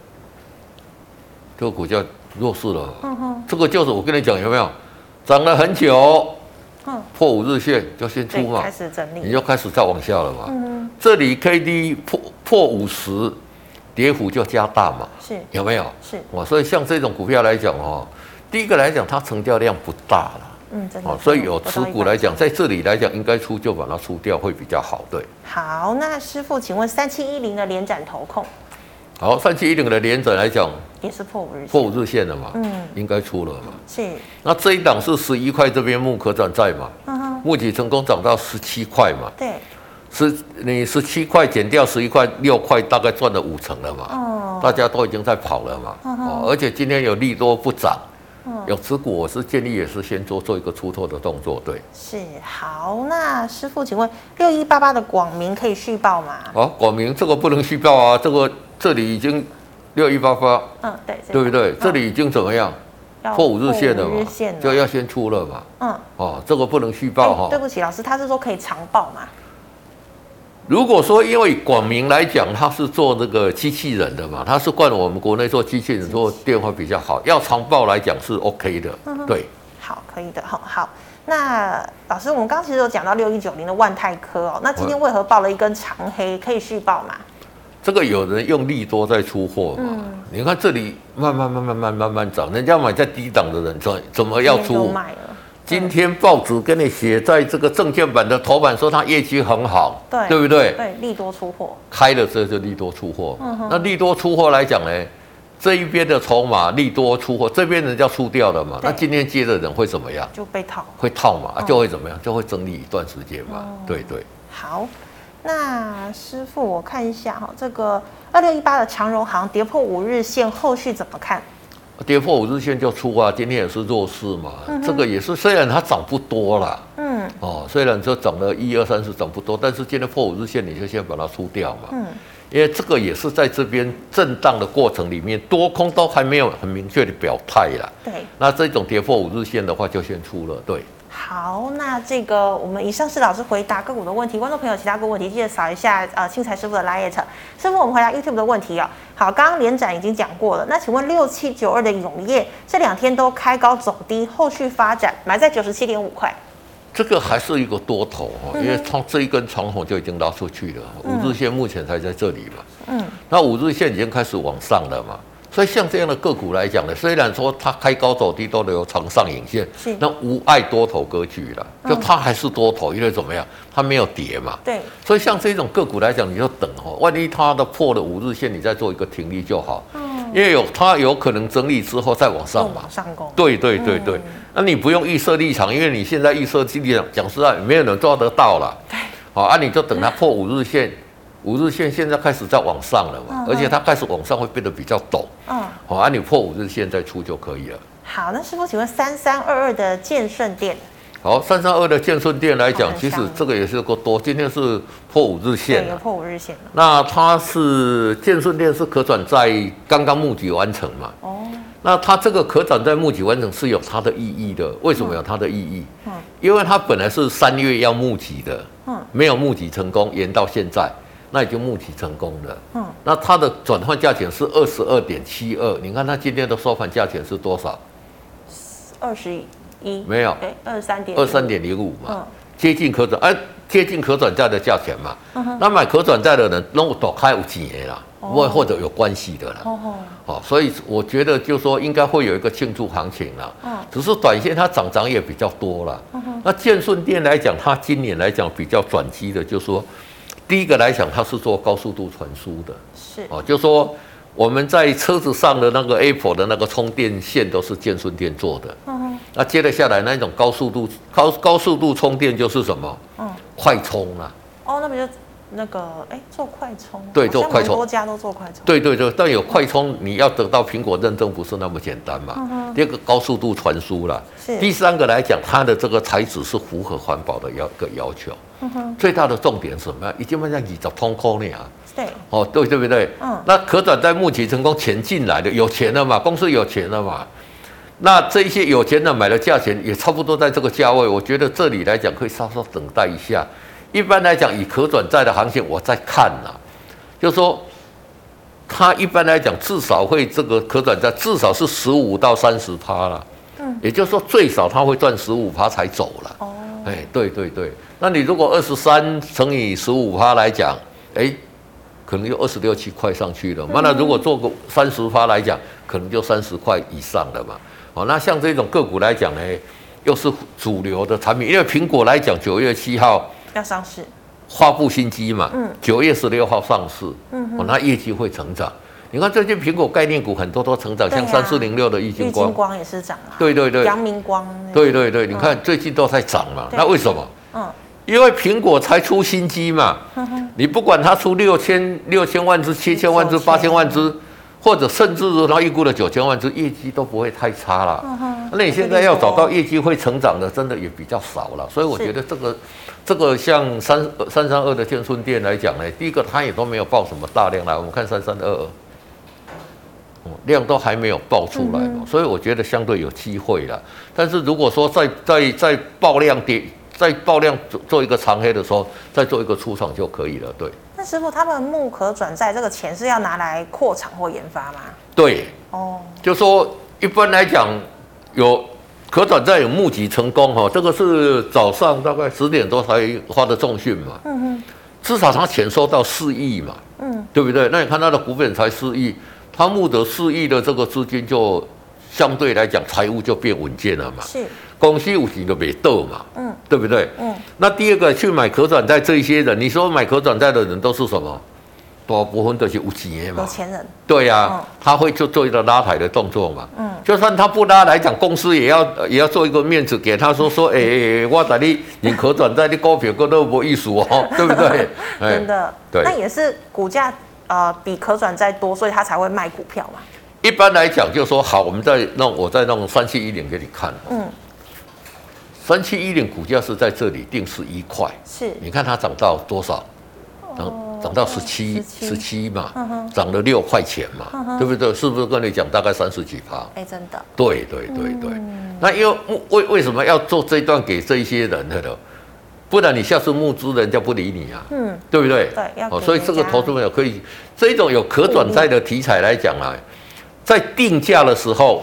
S2: 这个股价弱势了。
S1: 嗯哼，
S2: 这个就是我跟你讲有没有，涨了很久，
S1: 嗯，
S2: 破五日线就先出
S1: 对，
S2: 嘛
S1: 开，始整
S2: 你
S1: 理。
S2: 就开始再往下了嘛。
S1: 嗯，
S2: 这里 K D 破破五十，跌幅就加大嘛，
S1: 是
S2: 有没有？
S1: 是，
S2: 哦哇，所以像这种股票来讲哦，第一个来讲它成交量不大了，
S1: 嗯，真的
S2: 哦，所以有
S1: 我
S2: 持
S1: 懂
S2: 股
S1: 意思
S2: 来讲，在这里来讲，应该出就把它出掉会比较好，对。
S1: 好，那师傅，请问三七一零的连展投控
S2: 好，三七一零的连整来讲
S1: 也是破五日线，
S2: 破五日线了嘛，
S1: 嗯，
S2: 应该出了嘛。
S1: 是，
S2: 那这一档是十一块这边木可转债嘛，
S1: 嗯哼，
S2: 木企成功涨到十七块嘛，
S1: 对，
S2: 十你十七块减掉十一块六块，大概赚了五成了嘛，
S1: 哦，
S2: 大家都已经在跑了嘛，
S1: 嗯哼
S2: 哦，而且今天有利多不涨
S1: 嗯，
S2: 有持股我是建议也是先做做一个出脱的动作，对。
S1: 是好。那师傅，请问六一八八的广明可以续报吗？
S2: 哦，广明这个不能续报啊，这个这里已经六一八八，
S1: 嗯，对，
S2: 对不对？这
S1: 里
S2: 里已经怎么样？破五日线了
S1: 破五
S2: 嘛
S1: 日线，了
S2: 就要先出了嘛。
S1: 嗯，
S2: 哦，这个不能续报
S1: 哎对
S2: 哈。
S1: 不起，老师，他是说可以长报嘛？
S2: 如果说因为广明来讲，他是做那个机器人的嘛，他是惯我们国内做机器人做电话比较好，要长报来讲是 OK 的，对。
S1: 好，可以的，好好。那老师，我们刚刚其实有讲到六一九零的万泰科哦，那今天为何报了一根长黑？可以续报吗？
S2: 这个有人用利多在出货嘛？你看这里慢慢慢慢慢慢慢涨，人家买在低档的人怎怎么要
S1: 今天就
S2: 出？
S1: 卖了，
S2: 今天报纸跟你写在这个证券版的头版说它业绩很好，
S1: 对
S2: 对不对？
S1: 对利多出货，
S2: 开的时候就利多出货，
S1: 嗯
S2: 那利多出货来讲呢，这一边的筹码利多出货，这边人家出掉了嘛，
S1: 对
S2: 那今天接的人会怎么样？
S1: 就被套。
S2: 会套嘛，啊
S1: 嗯
S2: 就会怎么样？就会整理一段时间嘛，
S1: 哦
S2: 对对。
S1: 好，那师傅，我看一下哈、这个二六一八的长荣行跌破五日线，后续怎么看？
S2: 跌破五日线就出啊，今天也是弱势嘛，这个也是虽然它涨不多啦，
S1: 嗯
S2: 哦，虽然说涨了一二三四涨不多，但是今天破五日线你就先把它出掉嘛，
S1: 嗯，
S2: 因为这个也是在这边震荡的过程里面，多空都还没有很明确的表态啦。
S1: 对，
S2: 那这种跌破五日线的话，就先出了。对，
S1: 好，那这个我们以上是老师回答个股的问题，观众朋友其他个问题记得扫一下呃庆财师傅的 liet。师傅，我们回答 YouTube 的问题哦。好，刚刚连展已经讲过了，那请问六七九二的永业这两天都开高走低，后续发展买在九十七点五块，
S2: 这个还是一个多头
S1: 嗯
S2: 哦，因为它这一根长红就已经拉出去了，五日线目前才在这里嘛。
S1: 嗯，
S2: 那五日线已经开始往上了嘛。所以像这样的个股来讲呢，虽然说它开高走低都留长上影线
S1: 是，嗯
S2: 那无碍多头格局了，就它还是多头，因为怎么样，它没有跌嘛。
S1: 对，
S2: 所以像这种个股来讲，你就等哦，万一它的破了五日线，你再做一个停利就好，
S1: 嗯，
S2: 因为有它有可能整理之后再往上嘛
S1: 往。上攻，
S2: 对对对对，
S1: 嗯
S2: 那你不用预设立场，因为你现在预设立场，讲实在没有人做得到了。好啊，你就等它破五日线，五日线现在开始在往上了嘛
S1: 嗯，
S2: 而且它开始往上会变得比较陡。
S1: 嗯。
S2: 好啊，你破五日线再出就可以了。
S1: 好，那师傅，请问三三二二的建顺店，
S2: 好，三三二的建顺店来讲
S1: 好，很
S2: 其实
S1: 像
S2: 这个也是够多，今天是破五日线
S1: 对，
S2: 了
S1: 有。破五日线了。
S2: 那它是建顺店是可转债刚刚募集完成嘛？
S1: 哦，
S2: 那它这个可转债募集完成是有它的意义的，为什么有它的意义？
S1: 嗯
S2: 因为它本来是三月要募集的，
S1: 嗯
S2: 没有募集成功，延到现在，那已经募集成功了。
S1: 嗯，
S2: 那它的转换价钱是二十二点七二，你看它今天的收盘价钱是多少？
S1: 二十一
S2: 没有
S1: 哎，二十三点
S2: 二三，点零五嘛
S1: 嗯，
S2: 接近可转，哎、接近可转债的价钱嘛。
S1: 嗯
S2: 那买可转债的人，那我躲开有几年啦，或、或者有关系的啦。
S1: 哦吼，
S2: 哦，所以我觉得就说应该会有一个庆祝行情啦。
S1: 嗯
S2: 只是短线它涨涨也比较多啦。那建顺店来讲，它今年来讲比较转机的，就是说，第一个来讲它是做高速度传输的，
S1: 是，
S2: 哦，就说我们在车子上的那个 Apple 的那个充电线都是建顺店做的。
S1: 嗯
S2: 那接着下来那一种高速度高高速度充电就是什么？
S1: 嗯，
S2: 快充啊。
S1: 哦，那不就那个哎，做快充，
S2: 对
S1: 好
S2: 做
S1: 像
S2: 快
S1: 蛮
S2: 充
S1: 多家都做快充，
S2: 对对对，但有快充，你要得到苹果认证不是那么简单
S1: 嗯
S2: 嘛。第二个高速度传输啦，
S1: 是
S2: 第三个来讲，它的这个材质是符合环保的要一个要求。
S1: 嗯哼，
S2: 最大的重点是什么？已经卖在二十通空了啊！
S1: 对，
S2: 哦，对对不对？
S1: 嗯
S2: 那可转债募集成功钱进来的，有钱了嘛？公司有钱了嘛？那这一些有钱人买的价钱也差不多在这个价位，我觉得这里来讲可以稍稍等待一下。一般来讲，以可转债的行情，我在看呐、就是说它一般来讲至少会这个可转债至少是十五到三十趴了，
S1: 嗯，
S2: 也就是说最少它会赚十五趴才走了。
S1: 哦，
S2: 哎，对对对，那你如果二十三乘以十五趴来讲，哎，可能就二十六七块上去了嘛。那如果做个三十趴来讲，可能就三十块以上了嘛。哦，那像这种个股来讲呢，又是主流的产品，因为苹果来讲，九月七号
S1: 要上市，
S2: 发布新机嘛，
S1: 嗯
S2: 九月十六号上市，
S1: 嗯
S2: 哦，那业绩会成长。你看最近苹果概念股很多都成长，
S1: 对啊
S2: 像三四零六的易
S1: 郁
S2: 晶光
S1: 金，光也是涨啊，
S2: 对对对，
S1: 阳明光，嗯
S2: 对，嗯对对，你看最近都在涨嘛，
S1: 对
S2: 那为什么？
S1: 嗯，
S2: 因为苹果才出新机嘛，你不管它出六千六千万只、嗯七千万只、
S1: 九千
S2: 八千万只，或者甚至如它预估了九千万只，业绩都不会太差啦。那你现在要找到业绩会成长的，真的也比较少了。所以我
S1: 是
S2: 觉得这个这个像三三三二的建顺店来讲呢，第一个它也都没有爆什么大量来，我们看三三二二。哦量都还没有爆出来
S1: 嗯
S2: 嘛，所以我觉得相对有机会了。但是如果说再再再爆量跌，再爆量做做一个长黑的时候，再做一个出场就可以了。对
S1: 那师傅他们木可转债这个钱是要拿来扩厂或研发吗？
S2: 对，
S1: 哦，
S2: 就说一般来讲有可转债有募集成功哈、这个是早上大概十点多才发的重讯嘛，
S1: 嗯
S2: 至少他钱收到四亿嘛，
S1: 哼，嗯，
S2: 对不对？那你看它的股本才四亿，它募得四亿的这个资金就相对来讲财务就变稳健了嘛。
S1: 是，
S2: 公司有钱就没斗嘛，
S1: 嗯
S2: 对不对？
S1: 嗯，
S2: 那第二个去买可转债这一些人，你说买可转债的人都是什么？大部分都是有钱的
S1: 有
S2: 嘛，
S1: 钱人，
S2: 对呀、
S1: 嗯
S2: 他会就做一个拉抬的动作嘛。
S1: 嗯
S2: 就算他不拉来讲，公司也要也要做一个面子给他说说，哎、哎哎我在你你可转债的股票够都没意思
S1: *laughs*
S2: 哦，对不对？
S1: 真的，
S2: 哎对
S1: 那也是股价呃比可转债多，所以他才会卖股票嘛。
S2: 一般来讲，就说好，我们再弄，我再弄三七一零给你看。
S1: 嗯，
S2: 三七一零股价是在这里定十一块，
S1: 是，
S2: 你看它涨到多少？涨涨到十七十
S1: 17
S2: 七嘛
S1: 哦嗯哼，
S2: 涨了六块钱
S1: 嗯
S2: 嘛，
S1: 哼
S2: 对不对？是不是跟你讲大概三十几趴？
S1: 哎，真的，
S2: 对对对对，
S1: 嗯
S2: 那又为为什么要做这一段给这一些人的呢？不然你下次募资人家不理你啊，
S1: 嗯，
S2: 对不对？哦
S1: 对要给
S2: 所以这个
S1: 人家
S2: 投资朋友可以，这种有可转债的题材来讲啊，在定价的时候，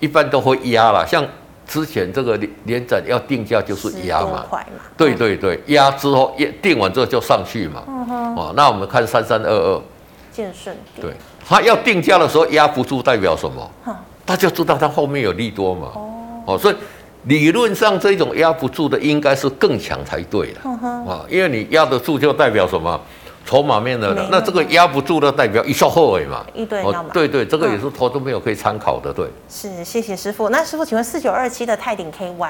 S2: 一般都会压啦。像之前这个联联展要定价就是
S1: 10
S2: 压
S1: 多
S2: 嘛，
S1: 块嘛，哦
S2: 对对对，压之后压定完之后就上去嘛。
S1: 嗯哼，
S2: 哦，那我们看三三二二，
S1: 建顺地，
S2: 对，它要定价的时候压不住，代表什么？
S1: 哼，
S2: 大家知道它后面有利多嘛。
S1: 哦，
S2: 哦，所以理论上这种压不住的应该是更强才对的
S1: 哼嗯哼，
S2: 啊，因为你压得住就代表什么？筹码面的
S1: 没那，
S2: 了
S1: 么
S2: 那这个压不住的代表一笑后尾嘛。哦
S1: 一堆人要买嗯
S2: 对对，这个也是投资朋友可以参考的，对。
S1: 是，谢谢师傅。那师傅，请问四九二七的泰鼎 KY，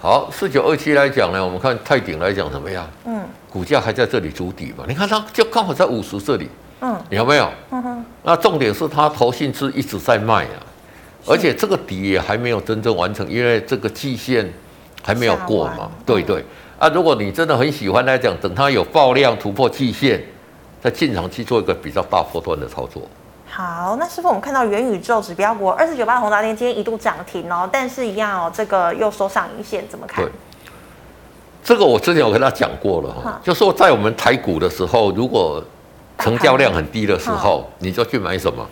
S2: 好，四九二七来讲呢，我们看泰鼎来讲怎么样？
S1: 嗯
S2: 股价还在这里筑底嘛？你看它就刚好在五十这里，
S1: 嗯
S2: 有没有？
S1: 嗯哼，
S2: 那重点是它投信是一直在卖啊，而且这个底也还没有真正完成，因为这个季线还没有过
S1: 下完
S2: 嘛。对对，啊，如果你真的很喜欢来讲，等它有爆量突破季线，再进场去做一个比较大波段的操作。
S1: 好，那师傅，我们看到元宇宙指标股二四九八的宏达电今天一度涨停哦，但是一样哦，这个又收上影线，怎么看
S2: 对？，这个我之前有跟他讲过了哈
S1: 哈，
S2: 就说在我们台股的时候，如果成交量很低的时候，你就去买什么？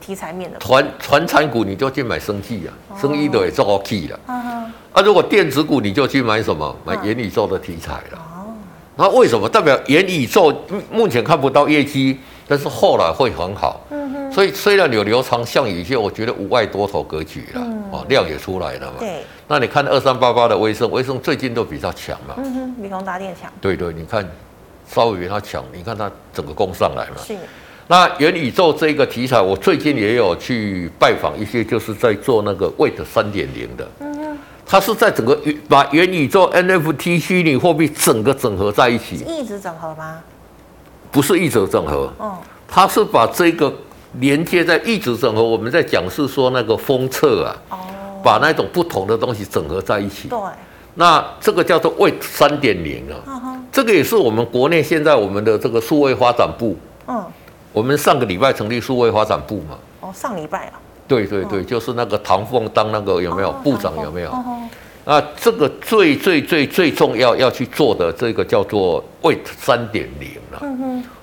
S1: 题材面的，
S2: 船船产股你就去买生技
S1: 哦
S2: 啊，生意的也做 OK 了。
S1: 嗯哼，
S2: 啊，如果电子股你就去买什么？买
S1: 嗯
S2: 元宇宙的题材了。
S1: 哦
S2: 那为什么代表元宇宙目目前看不到业绩，但是后来会很好？
S1: 嗯哼，
S2: 所以虽然有留长项有一些，我觉得无碍多头格局了，哦，量也出来了嘛。
S1: 嗯对，
S2: 那你看二三八八的威盛，威盛最近都比较强啊嘛。
S1: 嗯哼，比宏达电强，
S2: 对对，你看稍微比它强，你看它整个攻上来嘛。
S1: 是，
S2: 那元宇宙这个题材，我最近也有去拜访一些，就是在做那个 Wait 三点零的，它是在整个元把元宇宙 NFT 虚拟货币整个整合在一起，
S1: 一直整合吗？
S2: 不是一直整合，
S1: 嗯，
S2: 它是把这个连接在一直整合。我们在讲是说那个封测啊，
S1: 哦，
S2: 把那种不同的东西整合在一起。
S1: 对，
S2: 那这个叫做 Wait 三点零啊，
S1: 嗯哼，
S2: 这个也是我们国内现在我们的这个数位发展部，
S1: 嗯，
S2: 我们上个礼拜成立数位发展部嘛。
S1: 哦，上礼拜啊，
S2: 对对对，就是那个唐凤当那个有没有、
S1: 哦
S2: 部长
S1: 唐凤
S2: 有没有？
S1: 嗯哼
S2: 那这个最最最最重要要去做的这个叫做 Wait 三点零了
S1: 嗯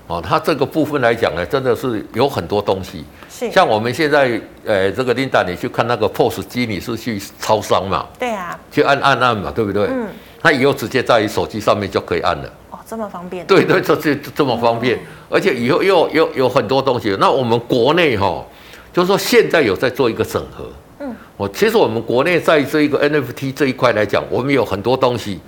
S1: 哼，
S2: 啊，它这个部分来讲呢，真的是有很多东西。
S1: 是，
S2: 像我们现在，呃，这个 Linda，你去看那个 POS 机，你是去超商嘛，
S1: 对啊，
S2: 去按按按嘛，对不对？
S1: 嗯。
S2: 它以后直接在手机上面就可以按了。
S1: 哦，这么方便，，
S2: 对对，这这这么方便，而且以后又又有很多东西。那我们国内哈、就说现在有在做一个整合，
S1: 嗯，
S2: 我、哦，其实我们国内在这一个 NFT 这一块来讲，我们有很多东西，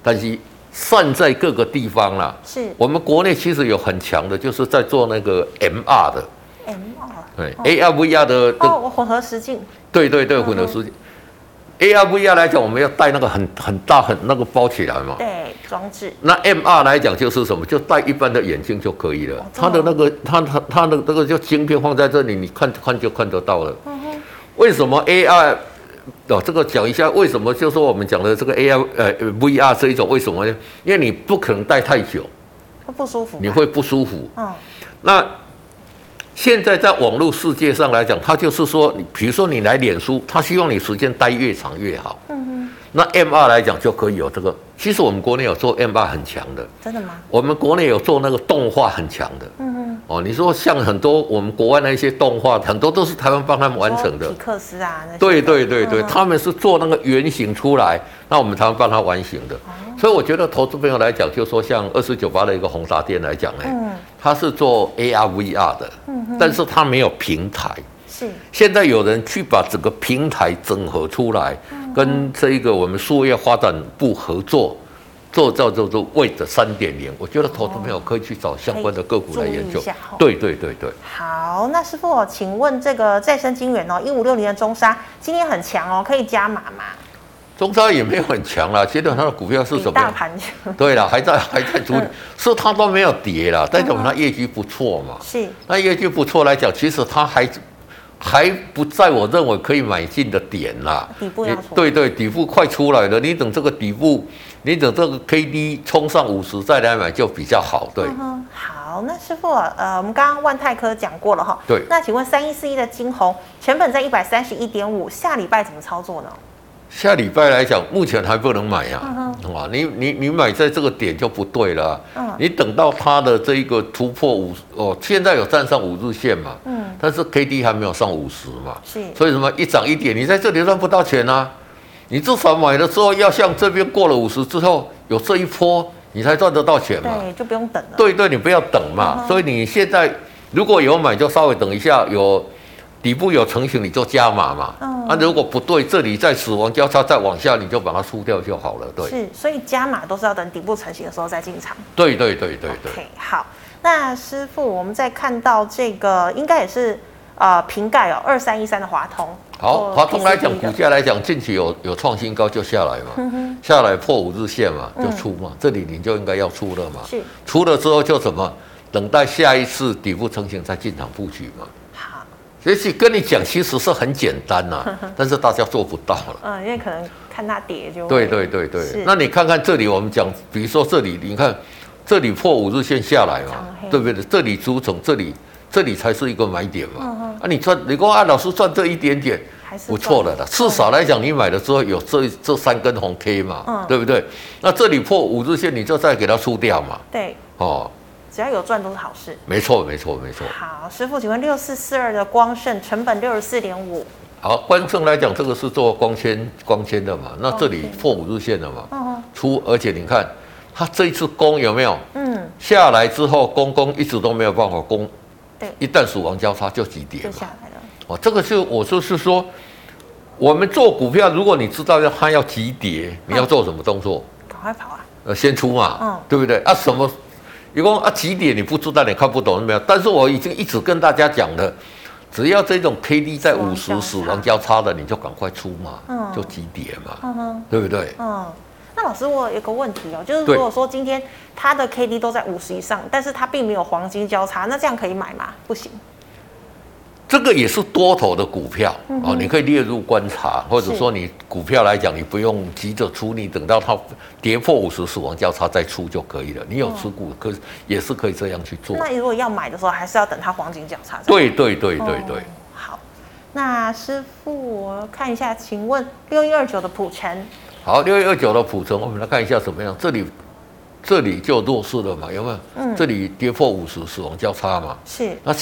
S2: 但是散在各个地方啦。
S1: 是
S2: 我们国内其实有很强的，就是在做那个 MR 的，
S1: M 二
S2: 对、AR VR 的的
S1: 哦哦，我嗯混合实境
S2: 对对对，混合世界。AR、VR 来讲，我们要带那个很很大很那个包起来嘛。
S1: 对装置
S2: 那 MR 来讲就是什么，就戴一般的眼镜就可以了。
S1: 真
S2: 它
S1: 的
S2: 的那个，它它它的那个就晶片放在这里，你看看就看得到了。为什么 AR 哦，这个讲一下为什么？就说我们讲的这个 AR 呃 VR 这一种为什么呢？因为你不可能戴太久，
S1: 会不舒服吧，
S2: 你会不舒服。
S1: 嗯
S2: 那现在在网络世界上来讲，它就是说，你比如说你来脸书，它希望你时间待越长越好。
S1: 嗯
S2: 那 M R 来讲就可以有这个。其实我们国内有做 M R 很强的，
S1: 哼，真的吗？
S2: 我们国内有做那个动画很强的。
S1: 嗯哼，
S2: 哦，你说像很多我们国外那一些动画，很多都是台湾帮他们完成
S1: 说
S2: 的
S1: 皮。克斯啊那些
S2: 对对对对，
S1: 嗯
S2: 他们是做那个原型出来，那我们才会帮他完型的。
S1: 哦
S2: 所以我觉得投资朋友来讲，就说像二四九八的一个宏达店来讲，哎、
S1: 嗯
S2: 它是做 AR VR 的，但是它没有平台。
S1: 是
S2: 现在有人去把整个平台整合出来，
S1: 嗯
S2: 跟这一个我们数业发展部合作，做叫做做 Wait 三点零。我觉得投资朋友可以去找相关的个股来研
S1: 哦可以注意
S2: 究
S1: 一下哦。
S2: 对对对对。
S1: 好，那师傅哦，请问这个再生晶圆哦，一五六零的中沙今天很强哦，可以加码吗？
S2: 中沙也没有很强啦，现在它的股票是
S1: 比
S2: 什么
S1: 大
S2: 样？
S1: 盘
S2: *laughs*
S1: 嗯
S2: 对啦，还在还在处理，是它都没有跌啦，代表它业绩不错嘛。
S1: 是
S2: 那业绩不错来讲，其实它还还不在我认为可以买进的点啦。
S1: 底部要
S2: 你
S1: 出
S2: 对对，底部快出来了，你等这个底部，你等这个 K D 冲上五十再来买就比较好。对，
S1: 嗯哼，好，那师傅啊，呃，我们刚刚万泰科讲过了哈。
S2: 对
S1: 那请问三一四一的金红成本在一百三十一点五，下礼拜怎么操作呢？
S2: 下礼拜来讲，目前还不能买呀、
S1: 嗯
S2: 啊。哇，你你你买在这个点就不对了啊、
S1: 嗯
S2: 你等到它的这一个突破五哦，现在有站上五日线嘛，
S1: 嗯，
S2: 但是 K D 还没有上五十嘛。
S1: 是
S2: 所以什么一涨一跌，你在这里赚不到钱啊。你至少买了之后，要像这边过了五十之后有这一波，你才赚得到钱嘛。
S1: 对，就不用等了。，
S2: 对对，你不要等嘛。
S1: 嗯
S2: 所以你现在如果有买，就稍微等一下，有底部有成型，你就加码嘛。
S1: 嗯
S2: 啊，如果不对，这里再死亡交叉再往下，你就把它输掉就好了。对，
S1: 是，所以加码都是要等底部成型的时候再进场。
S2: 对对对对对。
S1: OK，好，那师傅，我们再看到这个应该也是呃瓶盖哦，二三一三的华通。
S2: 好，
S1: 哦
S2: 华通来讲，
S1: PCB
S2: 股
S1: 的嗯
S2: 价来讲，近期有有创新高就下来嘛，下来破五日线嘛，就出嘛，这里你就应该要出了嘛。
S1: 是
S2: 出了之后就什么，等待下一次底部成型再进场布局嘛。
S1: 好，
S2: 也许跟你讲，其实是很简
S1: *laughs*
S2: 单呐、但是大家做不到了。
S1: 嗯，因为可能看它跌就
S2: 对对对
S1: 是
S2: 对，那你看看这里，我们讲，比如说这里，你看这里破五日线下来
S1: 长
S2: 嘛
S1: 黑，
S2: 对不对？这里主总，这里这里才是一个买点嘛。啊，你赚，你说啊，老师赚这一点点，
S1: 嗯还是
S2: 不错
S1: 赚
S2: 了
S1: 嗯
S2: 啦，至少来讲，你买了之后有这这三根红 K 嘛，
S1: 嗯
S2: 对不对？那这里破五日线，你就再给它出掉嘛。
S1: 对，
S2: 哦，
S1: 只要有赚都是好事。
S2: 没错，没错，没错。
S1: 好，师傅，请问六四四二的光盛成本六十四点五，
S2: 好，观众来讲，这个是做光纤光纤的嘛，那这里
S1: 光纤
S2: 破五日线了嘛，
S1: 嗯
S2: 出，而且你看它这一次攻有没有
S1: 嗯，
S2: 下来之后，攻攻一直都没有办法攻，
S1: 对，
S2: 一旦死亡交叉就急跌
S1: 就
S2: 嘛。
S1: 下来了，
S2: 哦，这个是我就是说，我们做股票，如果你知道要它要急跌，你要做什么动作？
S1: 赶快跑啊！
S2: 呃，先出嘛，
S1: 嗯
S2: 对不对？啊，什么？一共啊几点你不知道，你看不懂没有？但是我已经一直跟大家讲了，只要这种 K D 在五
S1: 死亡交叉
S2: 十死亡交叉的，你就赶快出嘛，
S1: 嗯
S2: 就几点嘛，
S1: 嗯哼，
S2: 对不对？
S1: 嗯。那老师，我有个问题哦，就是
S2: 对
S1: 如果说今天它的 K D 都在五十以上，但是它并没有黄金交叉，那这样可以买吗？不行，
S2: 这个也是多头的股票
S1: 嗯
S2: 哦，你可以列入观察，或者说你股票来讲，你不用急着出，你等到它跌破五十死亡交叉再出就可以了。你有持股可也是可以这样去做。
S1: 嗯那如果要买的时候，还是要等它黄金交叉。
S2: 对对对对
S1: 哦
S2: 对。
S1: 好，那师傅，我看一下，请问六一二九的普成
S2: 好，六月二九的普城，我们来看一下怎么样。这里，这里就弱势了嘛，有没有？
S1: 嗯
S2: 这里跌破五十死亡交叉嘛。
S1: 是
S2: 那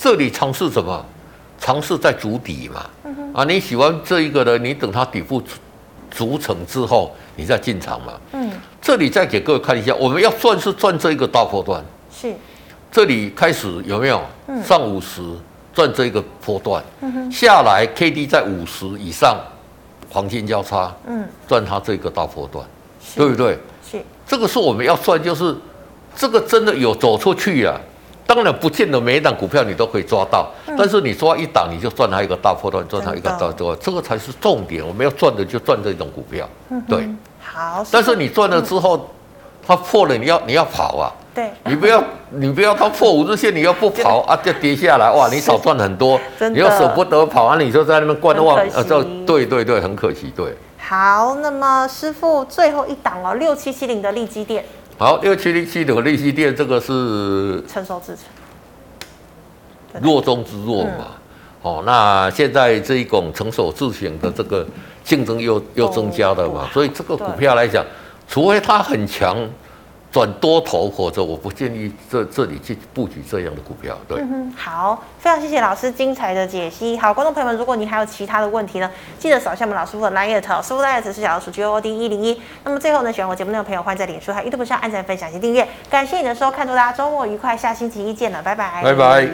S2: 这里尝试什么？尝试在筑底嘛。
S1: 嗯
S2: 啊，你喜欢这一个的，你等它底部筑筑成之后，你再进场嘛。
S1: 嗯
S2: 这里再给各位看一下，我们要赚是赚这一个大波段，
S1: 是
S2: 这里开始有没有
S1: 嗯
S2: 上五十、赚这个波段，下来 K D 在五十以上，黄金交叉
S1: 嗯，
S2: 赚它这个大波段，
S1: 是
S2: 对不对？
S1: 是，
S2: 这个是我们要算，就是这个真的有走出去啊。当然，不见得每一档股票你都可以抓到，
S1: 嗯
S2: 但是你抓一档，你就赚它一个大波段，赚它一个大波段，这个才是重点。我们要赚的就赚这种股票，对。
S1: 嗯好，
S2: 但是你赚了之
S1: 嗯
S2: 后，它破了，你要你要跑
S1: *laughs*
S2: 啊，
S1: 对，
S2: 你不要你不要它破五日线，你要不跑啊，就跌下
S1: *laughs*
S2: 来哇，你少赚很多，
S1: 真的
S2: 你又舍不得跑啊，你就在那边观望
S1: 很可
S2: 啊，
S1: 惜
S2: 这对对对，很可惜，对。
S1: 好，那么师傅最后一档哦，六七七零的利基店
S2: 好，六七零七的利息店这个是
S1: 成熟制成，
S2: 弱中之弱
S1: 嗯
S2: 嘛。哦，那现在这一种成熟自行的这个
S1: 嗯
S2: 竞争又又增加了嘛
S1: 哦，
S2: 所以这个股票来讲，除非它很强，转多头，否则我不建议这这里去布局这样的股票。对，
S1: 嗯哼，好，非常谢谢老师精彩的解析。好，观众朋友们，如果您还有其他的问题呢，记得扫一下我们老师傅的 line at，师傅 line at 是小老鼠 G O O D E 一零一。那么最后呢，喜欢我节目内容的朋友，欢迎在脸书还有 YouTube 上按赞、分享及订阅。感谢你的收看，祝大家周末愉快，下星期一见了，拜拜，
S2: 拜拜。